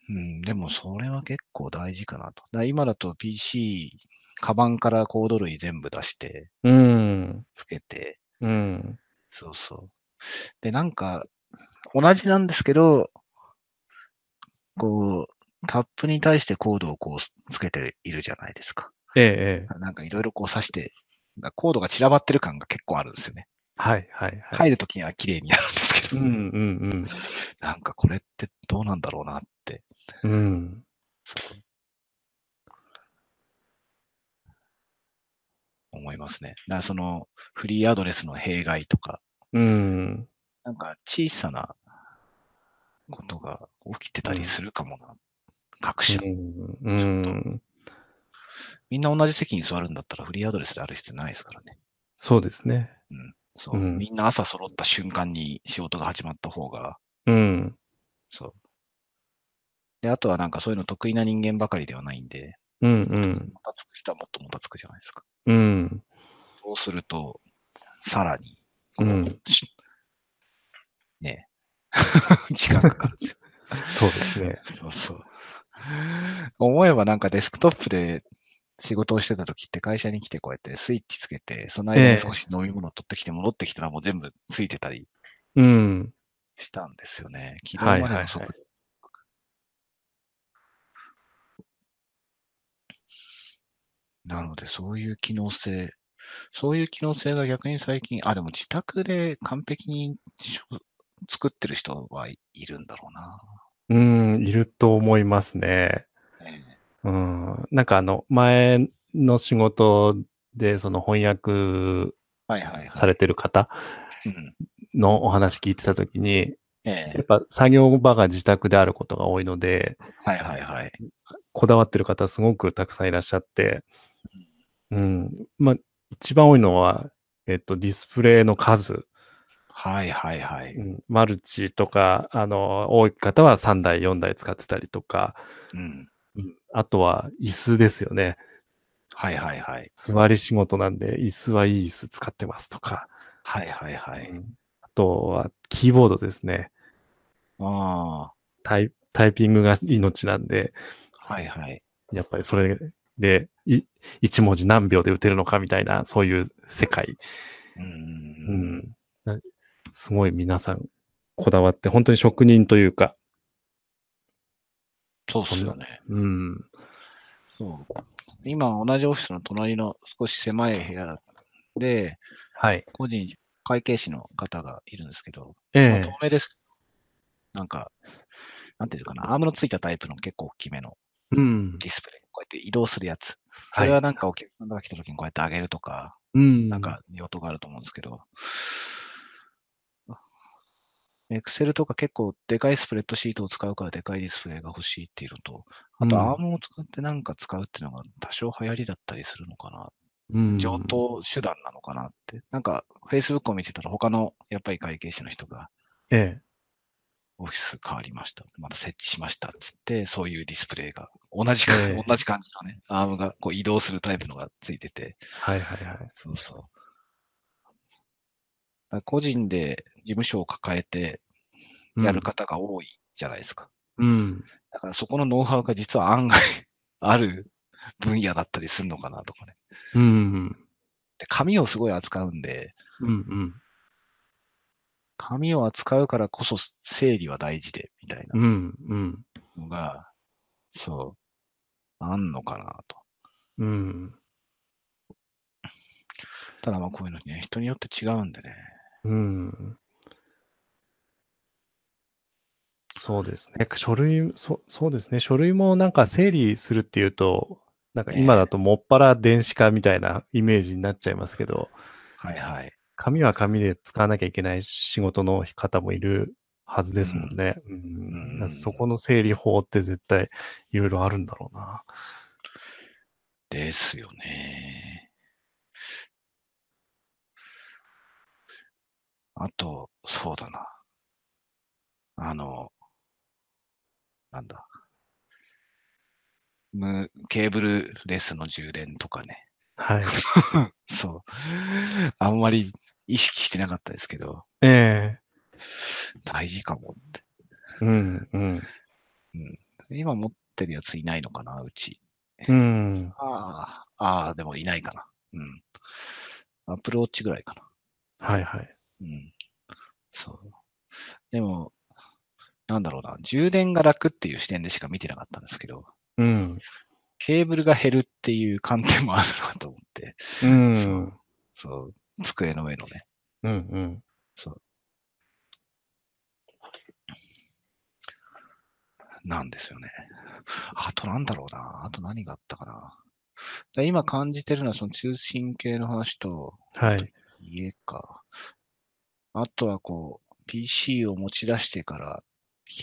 うん、でもそれは結構大事かなと。だ今だと PC、カバンからコード類全部出して、
うん。
つけて、
うん。
そうそう。で、なんか、同じなんですけど、こう、タップに対してコードをこうつけているじゃないですか。
ええ、ええ。
なんかいろいろこう刺して、だコードが散らばってる感が結構あるんですよね。
はい、はい、はい。
入るときには綺麗になるんですけ
う
ど、
ん、うん、
なんかこれってどうなんだろうなって。
うん。うん。
そう思いますね。だからそのフリーアドレスの弊害とか、
うん。
なんか小さなことが起きてたりするかもな。各社。
うん。うん
みんな同じ席に座るんだったらフリーアドレスである必要ないですからね。
そうですね。
そう。
うん
みんな朝揃った瞬間に仕事が始まった方が、
うん。
そう。で、あとはなんかそういうの得意な人間ばかりではないんで、
うん
もたつく人はもっともたつくじゃないですか。
うん。うん。
そうすると、さらに、
う
この
ん。
しね [laughs] え時間かかるんですよ
そうですね。
そうそう。思えばなんかデスクトップで仕事をしてた時って会社に来てこうやってスイッチつけて、その間に少し飲み物を取ってきて戻ってきたらもう全部ついてたり
うん。
したんですよね。昨
はい
日ま
はい
で
はい
の速度。なので、そういう機能性、そういう機能性が逆に最近、あ、でも自宅で完璧に食作ってる人はいるんだろうな。
うん、いると思いますね。
ええ
うん。なんかあの、前の仕事で、その翻訳
はいはいはい。
されてる方
うん
のお話聞いてた時に、
え
やっ
え
ぱ作業場が自宅であることが多いので、
はいはいはい。
こだわってる方すごくたくさんいらっしゃって、うん。まあ、一番多いのは、えっと、ディスプレイの数。
はいはいは
う
い。
ん、マルチとか、あの、多い方は3台、4台使ってたりとか、
うん。
うんあとは椅子ですよね。
はいはいはい。
座り仕事なんで、椅子はいい椅子使ってますとか、
はいはいはい。
うんあとはキーボードですね。
あ
タイタイピングが命なんで、
あ。はいはい。
やっぱりそれで、い1文字何秒で打てるのかみたいな、そういう世界。
うんうん
う
うん。
ん、なすごい皆さんこだわって、本当に職人というか、
そうですよね。
うん、
そう。今、同じオフィスの隣の少し狭い部屋で、
はい。
個人会計士の方がいるんですけど、まあ
え
透明です。なんか、なんていうのかな、アームのついたタイプの結構大きめの
えうん。
ディスプレイ、こうやって移動するやつ。そ
は。
れはいなんかお客さんが来た時にこうやって上げるとか、
うん
なん、か用途があると思うんですけど、エクセルとか結構でかいスプレッドシートを使うからでかいディスプレイが欲しいっていうのと、あと
うん
アームを使ってなんか使うっていうのが多少流行りだったりするのかな。
うん
上等手段なのかなって。なんか Facebook を見てたら他のやっぱり会計士の人が
ええ。
オフィス変わりました。また設置しましたっつって、そういうディスプレイが同じか、
ええ
同じ感じのね、アームがこう移動するタイプのがついてて、
はいはいはい。
そうそう。だから個人で事務所を抱えてやる方が多いじゃないですか。
うん。
だからそこのノウハウが実は案外 [laughs] ある分野だったりするのかなとかね。
うん。うん。
で紙をすごい扱うんで、
うんうん。
紙を扱うからこそ整理は大事で、みたいな
うん。うん。
のが、そう、あんのかなと。
うん。
ただまあこういうのね、人によって違うんでね。
うん。そうですね。書類、そそうですね。書類もなんか整理するっていうと、なんか今だともっぱら電子化みたいなイメージになっちゃいますけど、
はいはい。
紙は紙で使わなきゃいけない仕事の方もいるはずですもんね。うん
うん
だからそこの整理法って絶対いろいろあるんだろうな。
ですよね。あと、そうだな。あの、なんだ。むケーブルレスの充電とかね。
はい。
そう。 [laughs] あんまり意識してなかったですけど、
[laughs] え
大事かもって。
えうん、うん。
今持ってるやついないのかな、うち。
うん。
ああ、ああ、でもいないかな。うん。アップルウォッチぐらいかな。
はいはい。
うん。そう。でも、なんだろうな、充電が楽っていう視点でしか見てなかったんですけど、
うん。
ケーブルが減るっていう観点もあるなと思って、
うん。う
そ
ん
そう、机の上のね。
うん。
そう。なんですよね。あとなんだろうな。あと何があったかな。で今感じてるのはその中心系の話と、
はい。
家か。あとはこう、PC を持ち出してから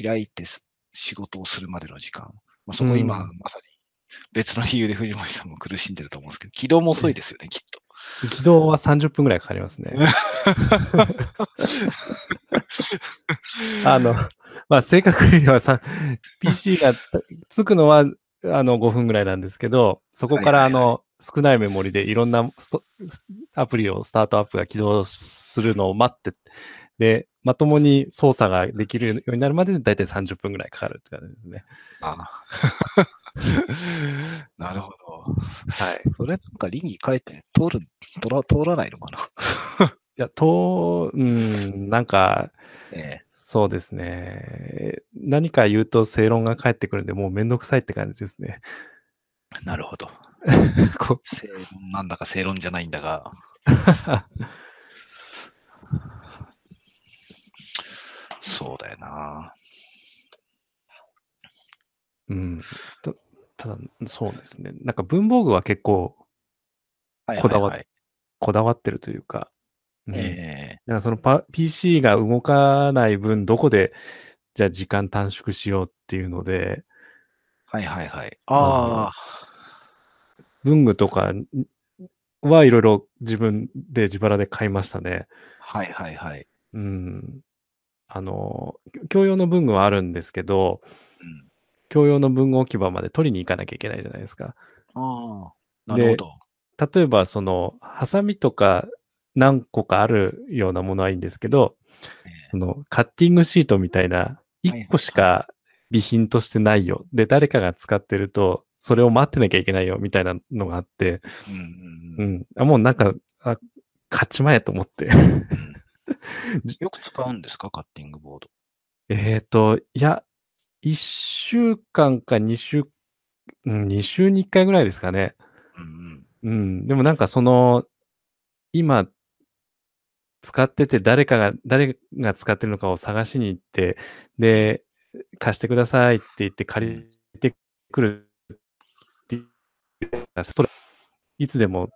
開いてす仕事をするまでの時間。まあ、そこ今、
う
まさに別の理由で藤森さんも苦しんでると思うんですけど、起動も遅いですよね、きっと。
起動は30分ぐらいかかりますね。あの、 [laughs] まあ、正確にはさ、PC がつくのは、あの、5分ぐらいなんですけど、そこから、
は
あ
いはいはい
の、少ないメモリでいろんなストアプリを、スタートアップが起動するのを待って、で、まともに操作ができるようになるまで、だいたい30分ぐらいかかるって感じですね。
あ [laughs] なるほど。
はい。
それなんか倫理書いて通る、通ら通らないのかな。
いや、と、うん、なんか、
え
そうですね。何か言うと正論が返ってくるんで、もうめんどくさいって感じですね。 [laughs]
えなるほど。
こ
正論なんだか正論じゃないんだが。そうだよな。
ううん。たただ、そうですね。なんか文房具は結構
はいはいはい
こだわっこだわってるというか、うん
ええ
だからそのパ PC が動かない分、どこで、じゃあ時間短縮しようっていうので、
はいはいはい。
あ
ああ、
文具とかはいろいろ自分で自腹で買いましたね。
はいはいはい。
うん。あの、教養の文具はあるんですけど、
うん、
教養の文具置き場まで取りに行かなきゃいけないじゃないですか。
ああ、なるほど。
例えば、その、ハサミとか何個かあるようなものはいいんですけど、
え
その、カッティングシートみたいな、
はい
1個しか備品としてないよ。で、誰かが使ってると、それを待ってなきゃいけないよ、みたいなのがあって、
えうんうん
う
うん
ん。あもうなんか、あ、勝ち前と思って。
[laughs]
[laughs]
よく使うんですか、カッティングボード。
えっと、いや、1週間か2週、うん、2週に1回ぐらいですかね。
うん
うん。でもなんかその、今、使ってて誰かが、誰が使ってるのかを探しに行って、で、貸してくださいって言って
うん。
借りてくるっていうそれいつでも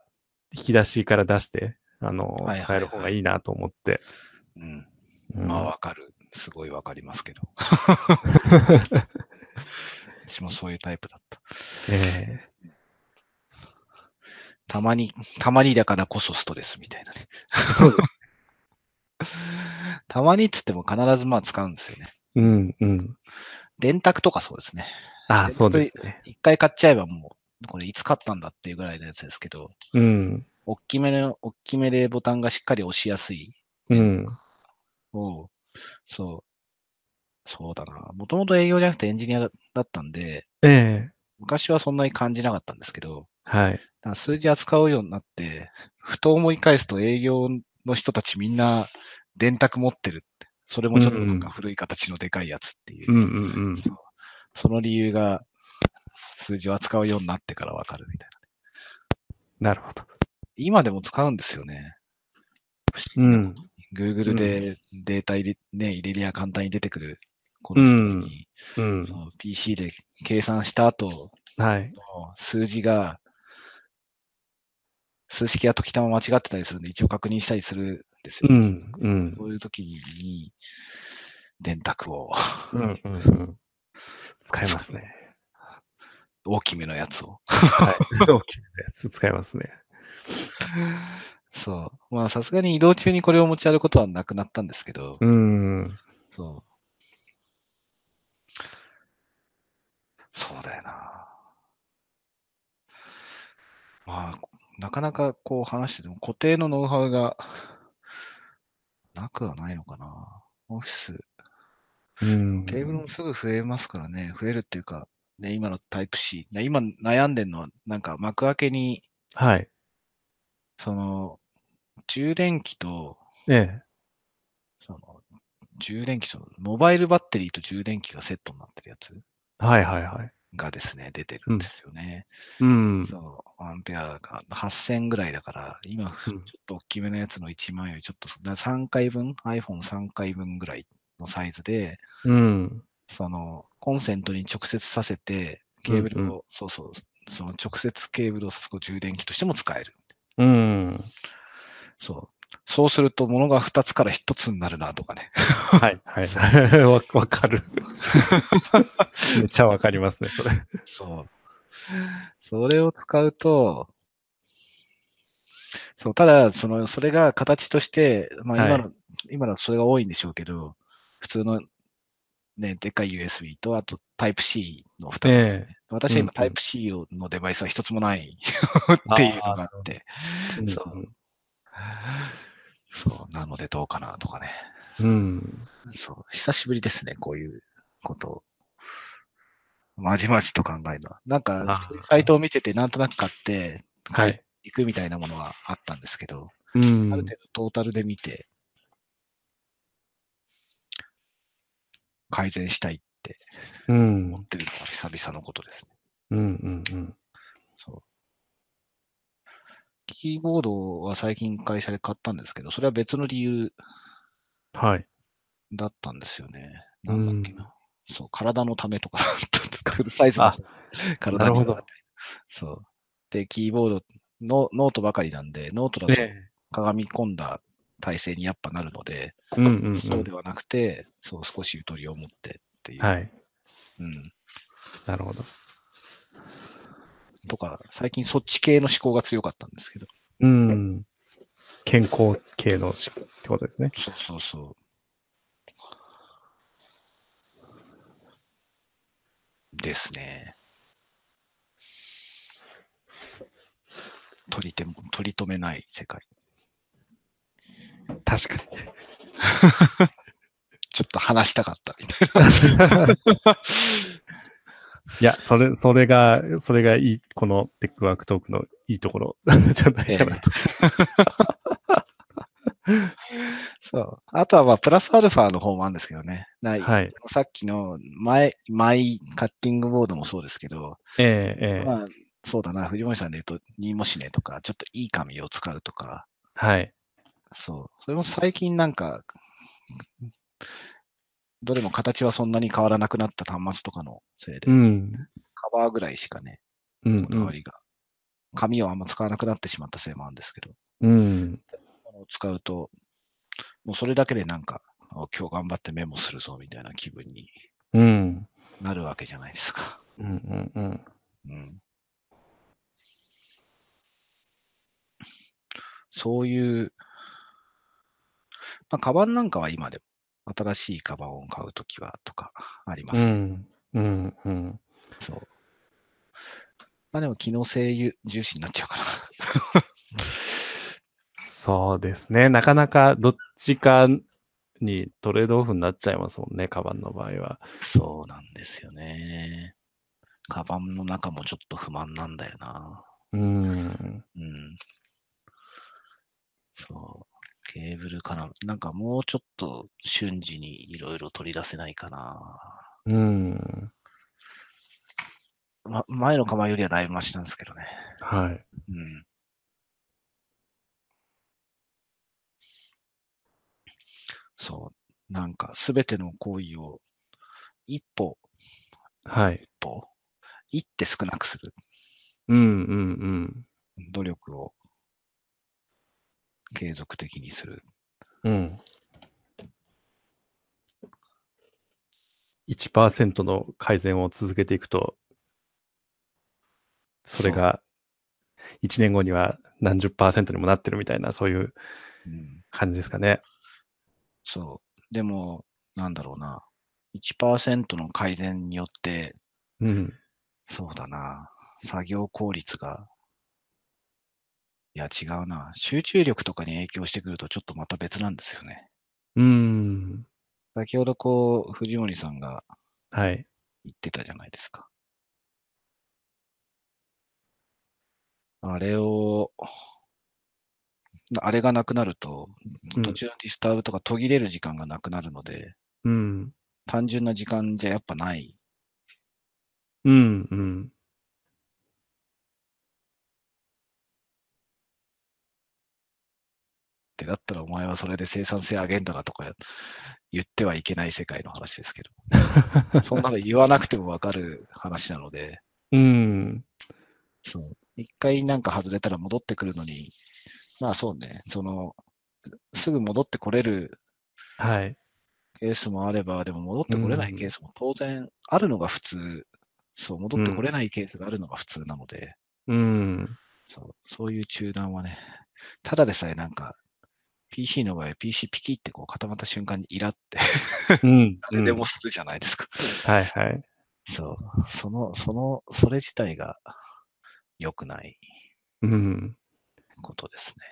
引き出しから出して、あの、
いはいはい
使える方がいいなと思って。
うん、
うん
まあ、わかる。すごいわかりますけ [laughs] ど。私もそういうタイプだった。
え
たまに、たまにだからこそストレスみたいなね。 [laughs]
えそうです。
たまにっつっても必ずまあ使うんですよね。
うん、うん。
電卓とかそうですね。
ああ、
で
そうですね。
一回買っちゃえばもう、これいつ買ったんだっていうぐらいのやつですけど、
うん、
大きめの、大きめでボタンがしっかり押しやすい。
うん。
おうそう。そうだな。もともと営業じゃなくてエンジニアだだったんで、
ええ
昔はそんなに感じなかったんですけど、
はい。
なんか数字扱うようになって、ふと思い返すと営業の人たちみんな電卓持ってるって。それもちょっとなんか古い形のでかいやつっていう。
うん、うん、うん。
その理由が数字を扱うようになってからわかるみたいな。
なるほど。
今でも使うんですよね。
うん。
Google でデータ入れ,、ね、入れりゃ簡単に出てくるこの時代に、
うん
そ。の PC で計算した後、
はい。
数字が数式が時たま間違ってたりするんで、一応確認したりするんですよ
う
ね、
ん、うん。
そういう時に電卓を、 [laughs]
うん、うん、うん。使います [laughs] ね。
大きめのやつを。
はい。大きいやつ使いますね。
そう。まあ、さすがに移動中にこれを持ち歩くことはなくなったんですけど、
うん。
そう。そうだよな。まあ、こなかなかこう話してても固定のノウハウがなくはないのかな。オフィス、
うん。
テーブルもすぐ増えますからね。増えるっていうか、ね、今のタイプ C。ね今悩んでるのは、なんか幕開けに、
はい。
その、充電器と、
え
その、充電器、その、モバイルバッテリーと充電器がセットになってるやつ。
え。はい、はい、はい。
がですね、出てるんですよね。
うん。
そう、アンペアが8000ぐらいだから、今、ふ
う
ち
ん
ょっと大きめのやつの1万よりちょっと、だ3回分、iPhone3 回分ぐらいのサイズで、
うん。
その、コンセントに直接させて、ケーブルを、
うん
そうそう、その直接ケーブルをさすと充電器としても使える。
うん。
そう。そうすると、ものが2つから1つになるなとかね。 [laughs]
はい、はい。わわかる。めっちゃわかりますね、それ。
そう。それを使うと、そう、ただ、その、それが形として、まあ
はい
今の、今のそれが多いんでしょうけど、普通の、ね、でっかい USB と、あと Type-C の2つですね。
え
私は今
うんうん
Type-C をのデバイスは1つもないっていうのがあって、
え
そそう、なのでどうかなとかね。
うん。
そう、久しぶりですね、こういうことを。まじまじと考えるな。なん
あ
か
ー、
そういうサイトを見てて、なんとなく買って、
は
買
い
い行くみたいなものはあったんですけど、
うん
ある程度トータルで見て、改善したいって
うん。
思ってるのは久々のことですね。
うん。うん。うん。
そう。キーボードは最近会社で買ったんですけど、それは別の理由
はい。
だったんですよね。なんだっけな。そう、体のためとか、 [laughs] フルサイズ
あ
の体
なる
に
ほ
は
ど
そう。で、キーボードの、ノートばかりなんで、ノートだと
ね
かがみ込んだ体勢にやっぱなるので、
うんうんう
そうんで。はなくて、そう、少しゆとりを持ってっていう。
はい。
うん。
なるほど。
とか、最近そっち系の思考が強かったんですけど、
うん。健康系のしってことですね。
そうそうそう。ですね。取り手も、取り留めない世界。
確かに。
[laughs] ちょっと話したかったみたい
いや、それ、それが、それがいい、このテックワークトークのいいところ [laughs] じゃないかなと。
な。そう。あとは、まあ、プラスアルファの方もあるんですけどね。ない。
はい。
さっきの前、マイカッティングボードもそうですけど、
ええええ
まあ、そうだな、藤森さんで言うと、にもしねとか、ちょっといい紙を使うとか、
はい。
そう。それも最近なんか、どれも形はそんなに変わらなくなった端末とかのせいで、
うん。
カバーぐらいしかね、
うん
こだわりが。紙をあんま使わなくなってしまったせいもあるんですけど、
うん。うん。
これを使うと、もうそれだけでなんか、あ今日頑張ってメモするぞみたいな気分に
うん。
なるわけじゃないですか。
うん。うん。うん。
うんそういう、まあ、カバンなんかは今でも、新しいカバンを買うときはとかありま
う
す、
ん。うん。うん。
そう。まあでも、機能性ゆ重視になっちゃうか
そうですね。なかなかどっちかにトレードオフになっちゃいますもんね、カバンの場合は。
な。 [laughs] そうなんですよね。カバンの中もちょっと不満なんだよな。
うん。
うん。そう。ケーブルかな。なんかもうちょっと瞬時にいろいろ取り出せないかな。
うん。
ま、前の構えよりはだいぶマシなんですけどね。
はい。
うん。そう。なんか、すべての行為を一歩、
はい。
一歩、一手少なくする
うん。うん。
努力を継続的にする。
うん。うん。1%の改善を続けていくと、それが1年後には何十パーセントにもなってるみたいな、そういう
うん。
感じですかね。
そう。でも、なんだろうな。1%の改善によって、
うん。
そうだな。作業効率が。いや、違うな。集中力とかに影響してくると、ちょっとまた別なんですよね。
うん。
先ほど、こう、藤森さんが
はい。
言ってたじゃないですか。あれを、あれがなくなると、
うん
途中のディスターブとか途切れる時間がなくなるので、
うん。
単純な時間じゃやっぱない
うん。うん。
ってだったらお前はそれで生産性上げんだなとか言ってはいけない世界の話ですけ
[laughs]
ど、そんなの言わなくてもわかる話なので、
うん。
そう一回なんか外れたら戻ってくるのに、まあそうね、その、すぐ戻ってこれる
はい。
ケースもあれば、でも戻ってこれな
う
い
ん
ケースも当然あるのが普通、そう、戻ってこれないケースがあるのが普通なので、 [laughs]
うん。
そうそういう中断はね、ただでさえなんか、PC の場合、PC ピキってこう固まった瞬間にイラって、
うん。
誰でもするじゃないですか。
はいはい。
そう。その、その、それ自体が良くない
うん。
ことですね。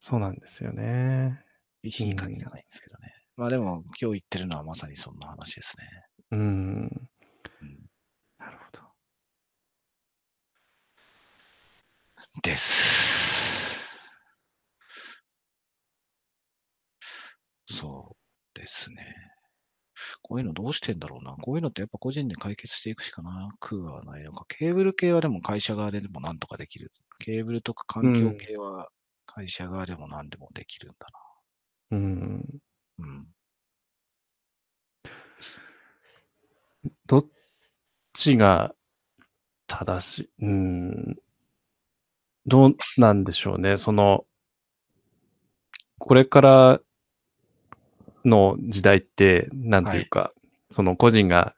そうなんですよね。
PC に限らないんですけどね。まあでも、今日言ってるのはまさにそんな話ですね。
うん。
こういうのどうしてんだろうな。こういうのってやっぱ個人で解決していくしかなくはないのか。ケーブル系はでも会社側でもなんとかできる。ケーブルとか環境系は会社側でも何でもできるんだ
うん。
な。うん。
どっちが正しいうん。どうなんでしょうね。その、これからの時代って、なんていうか、その個人が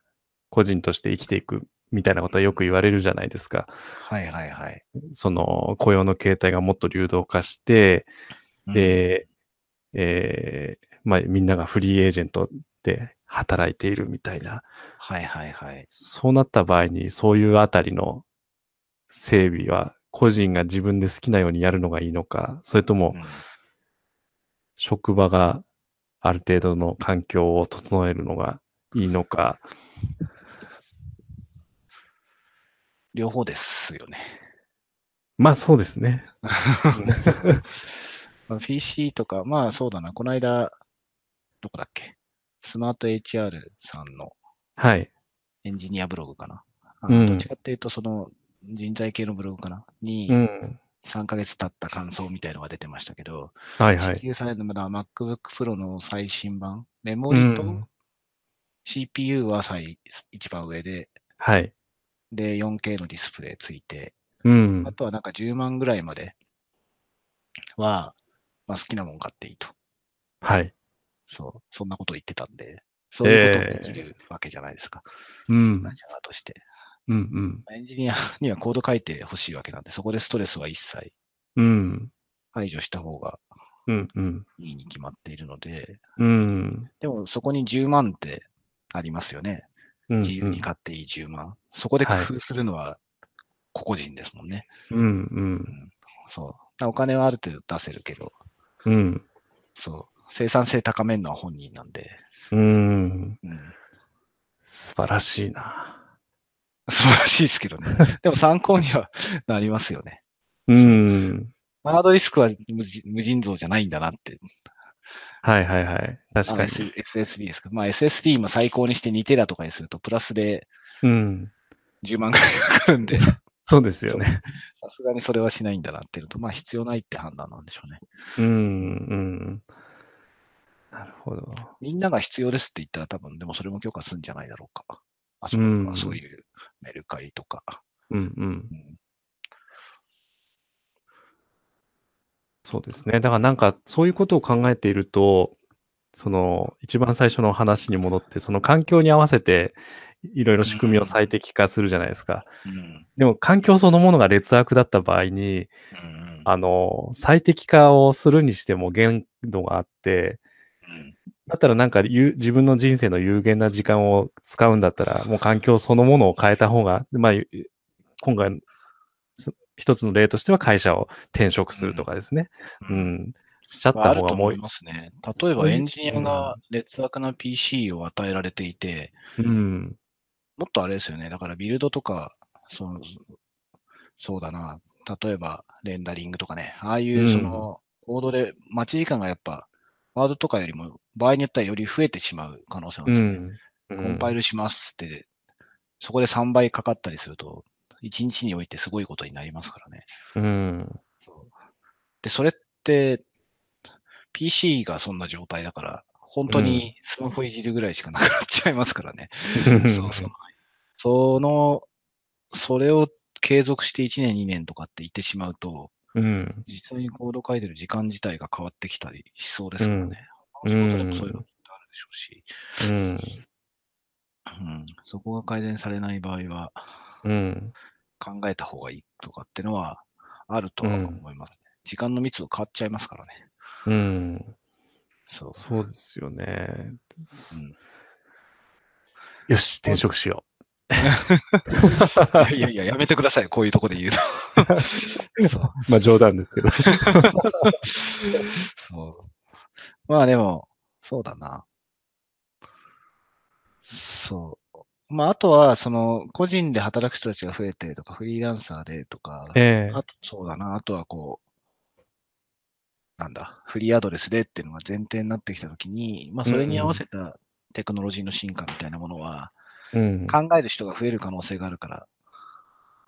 個人として生きていくみたいなことはよく言われるじゃないですか。
はいはいはい。
その雇用の形態がもっと流動化して、
うん、
で、えーまあ、みんながフリーエージェントで働いているみたいな、
はいはいはい。
そうなった場合に、そういうあたりの整備は、個人が自分で好きなようにやるのがいいのか、それとも
うん
職場がある程度の環境を整えるのがいいのか、
両方ですよね。
まあそうですね。
[laughs] まあ PC とか、まあそうだな、この間、どこだっけ、スマート HR さんの
はい。
エンジニアブログかな。あ
うん
どっちかっていうと、その人材系のブログかなに
うん。
3ヶ月経った感想みたいのが出てましたけど、
はいは
支
い。
給されるのまだ MacBook Pro の最新版、メモリ
う
と
ん
CPU は最一番上で、
はい。
で、4K のディスプレイついて、
うん
あ。とはなんか10万ぐらいまでは、まあ、好きなもん買っていいと。
はい。
そう、そんなことを言ってたんで、そういうこともできるわけじゃないですか。
うん。
会社側として。
うん。
エンジニアにはコー [laughs] ド書いてほしいわけなんで、そこでストレスは一切
うん。
排除した方が
うん。うん。
いいに決まっているので、
うん。
でもそこに10万ってありますよね。
うん
自由に買っていい10万。そこで工夫するのは個々人ですもんね。
うん。うん。
そう。だからお金はある程度出せるけど、
うん。
そう。生産性高めるのは本人なんで。
うん。
うん
素晴らしいな。
素晴らしいですけ
[laughs]
どね。でも参考にはなりますよね。
うん。
ハードリスクは無人無尽蔵じゃないんだなって。
はいはいはい。確か
あ
に。
の S- SSD ですけど、まあ SSD 今最高にして2テラとかにするとプラスで
うん。
10万ぐらいかかるんで、さ
そうですよね。
すがにそれはしないんだなっていうと、まあ必要ないって判断なんでしょうね。
うん。うん。なるほど。
みんなが必要ですって言ったら多分、でもそれも許可するんじゃないだろうか。あそう
うん
あそういうメルカリとか。
うんうん。
うん
そうですね。だからなんかそういうことを考えていると、その一番最初の話に戻って、その環境に合わせていろいろ仕組みを最適化するじゃないですか。
うん
でも環境そのものが劣悪だった場合に、
うん
あの、最適化をするにしても限度があって、
うん
だったらなんかゆ自分の人生の有限な時間を使うんだったら、もう環境そのものを変えた方が、まあ、ゆ今回、そ一つの例としては会社を転職するとかですね。うん。しちゃっ
まああ
た
る
方
と
がもう
思い、ますね。
そ
例え
ういう
ばエンジニアが劣悪な PC を与えられていて、
うん。
もっとあれですよね。だからビルドとか、そのそうだな。例えばレンダリングとかね。ああい
うん
うそのコードで待ち時間がやっぱワードとかよりも場合によってはより増えてしまう可能性なん
う
ですよ、
ん。うん
コンパイルしますって、そこで3倍かかったりすると、1日においてすごいことになりますからね。
うん。
そうで、それって、PC がそんな状態だから、本当にスマホいじるぐらいしかなくなっちゃいますから [laughs] ね。そうそう。その、それを継続して1年、2年とかって言ってしまうと、
うん。
実際にコード書いてる時間自体が変わってきたりしそうですからね。
うん
他の仕事でもそういうのってあるでしょうし、
うん。
うん、そこが改善されない場合は、
うん。
考えた方がいいとかってのはあるとは思いますね。時間の密度変わっちゃいますからね。
うん。
そう。
そうですよね。
うん
よし、転職しよ
い [laughs] やいやいや、やめてください、こういうとこで言う
[laughs]
と。そう
う。まあ冗談ですけど。
そう。まあでも、そうだな。そう。まああとは、その、個人で働く人たちが増えてとか、フリーランサーでとか、
[laughs] ええ
あと、そうだな、あとはこう、なんだ、フリーアドレスでっていうのが前提になってきたときに、まあそれに合わせたテクノロジーの進化みたいなものは、
うん。
考える人が増える可能性があるから、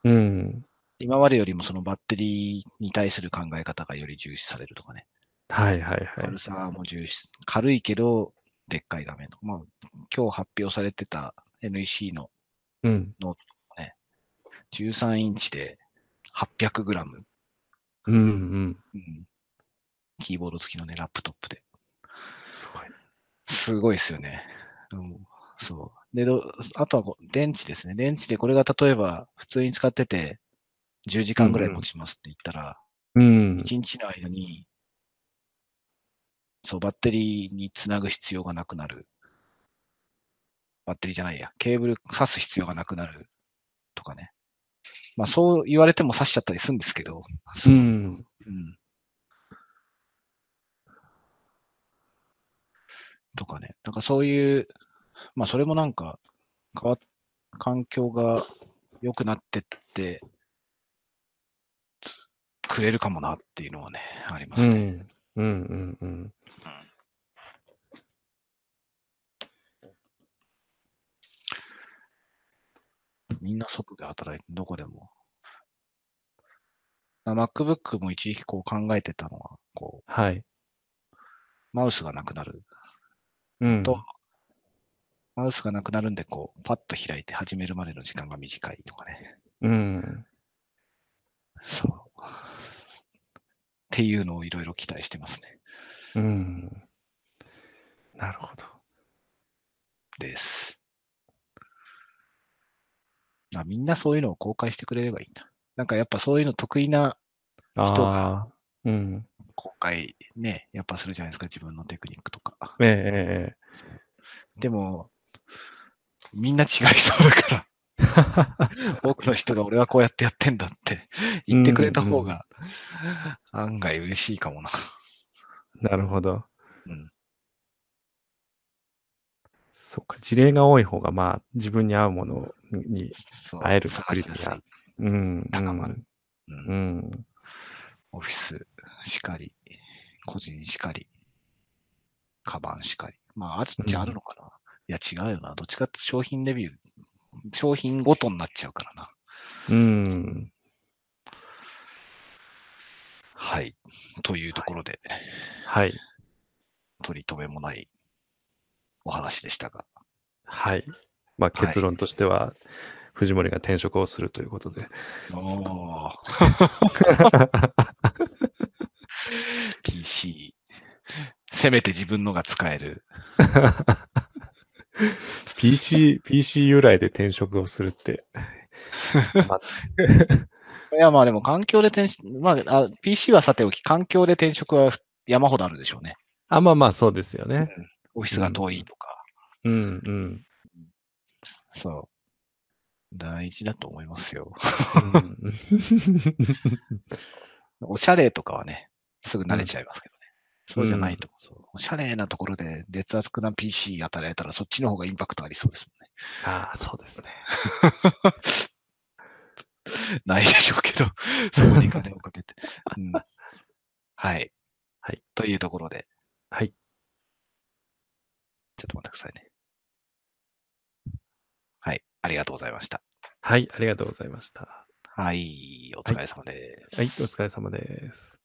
うん。
今までよりもそのバッテリーに対する考え方がより重視されるとかね、
はいはいはい
軽。さも重視、軽いけど、でっかい画面とか、まあ、今日発表されてた NEC の
うん。
13インチで 800g、
うんうん。
うん、キーボード付きのね、ラップトップで。
すごい。
すごいですよね。うん、そう。で、どあとはこう電池ですね。電池でこれが例えば普通に使ってて10時間ぐらい持ちますって言ったら、
うん。
1日の間に、そう、バッテリーにつなぐ必要がなくなる。バッテリーじゃないや、ケーブル挿す必要がなくなるとかね。まあそう言われても挿しちゃったりするんですけど、
う。
そうんうんとかね、なんかそういう、まあそれもなんか変わっ、環境が良くなってってくれるかもなっていうのはね、ありま
う
すね。
ん。うんうんうん。
みんな外で働いて、どこでも。まあ MacBook も一時期こう考えてたのは、こ
はい。
う、マウスがなくなる。
うん。
とマウスがなくなるんで、こう、パッと開いて始めるまでの時間が短いとかね。
うん。
そう。っていうのをいろいろ期待してますね。
うん。なるほど。
です。あみんなそういうのを公開してくれればいいんだ。なんかやっぱそういうの得意な
あ
人
あー。うん。
公開ね、やっぱするじゃないですか、自分のテクニックとか。
ええ
でも、みんな違いそうだから、
ええ。
[laughs] 多くの人が俺はこうやってやってんだって言ってくれた方が、案外嬉しいかもな。
なるほど。
うん。
そうか。事例が多い方が、まあ、自分に合うものに、
そう
会える確率が
探しやすい
うん。
高まる。うん
うん。うん。
オフィスしかり、個人しかり、カバンしかり。まあ、あるっちゃあるのかな。いや、違うよな。どっちかって商品レビュー、商品ごとになっちゃうからな。
うん。
はい。というところで、
はい。
取り留めもないお話でしたが。
はい。まあ、
はい
結論としては、藤森が転職をするということで。
おー [laughs] PC。せめて自分のが使える。
[laughs] PC、PC 由来で転職をするって。まあ
いや、まあでも環境で転職、まああ、PC はさておき、環境で転職は山ほどあるでしょうね。
あ、まあまあ、そうですよね。
オフィスが遠いとか、
うんうん。
そう。大事だと思いますよ。 [laughs]
うん [laughs]
おしゃれとかはね、すぐ慣れちゃいますけどね。そうじゃな
うん
いと、そうおしゃれなところで劣悪な PC 与えたら、そっちの方がインパクトありそうです
ああ、そうですね。
もんね。 [laughs] ないでしょうけど、そこに金をかけて。うん、 [laughs] はい。
はい。
というところで。
はい。
ちょっと待ってくださいね。はい。ありがとうございました。
はい、ありがとうございました。
はい。お疲れ様です。
はい、お疲れ様です。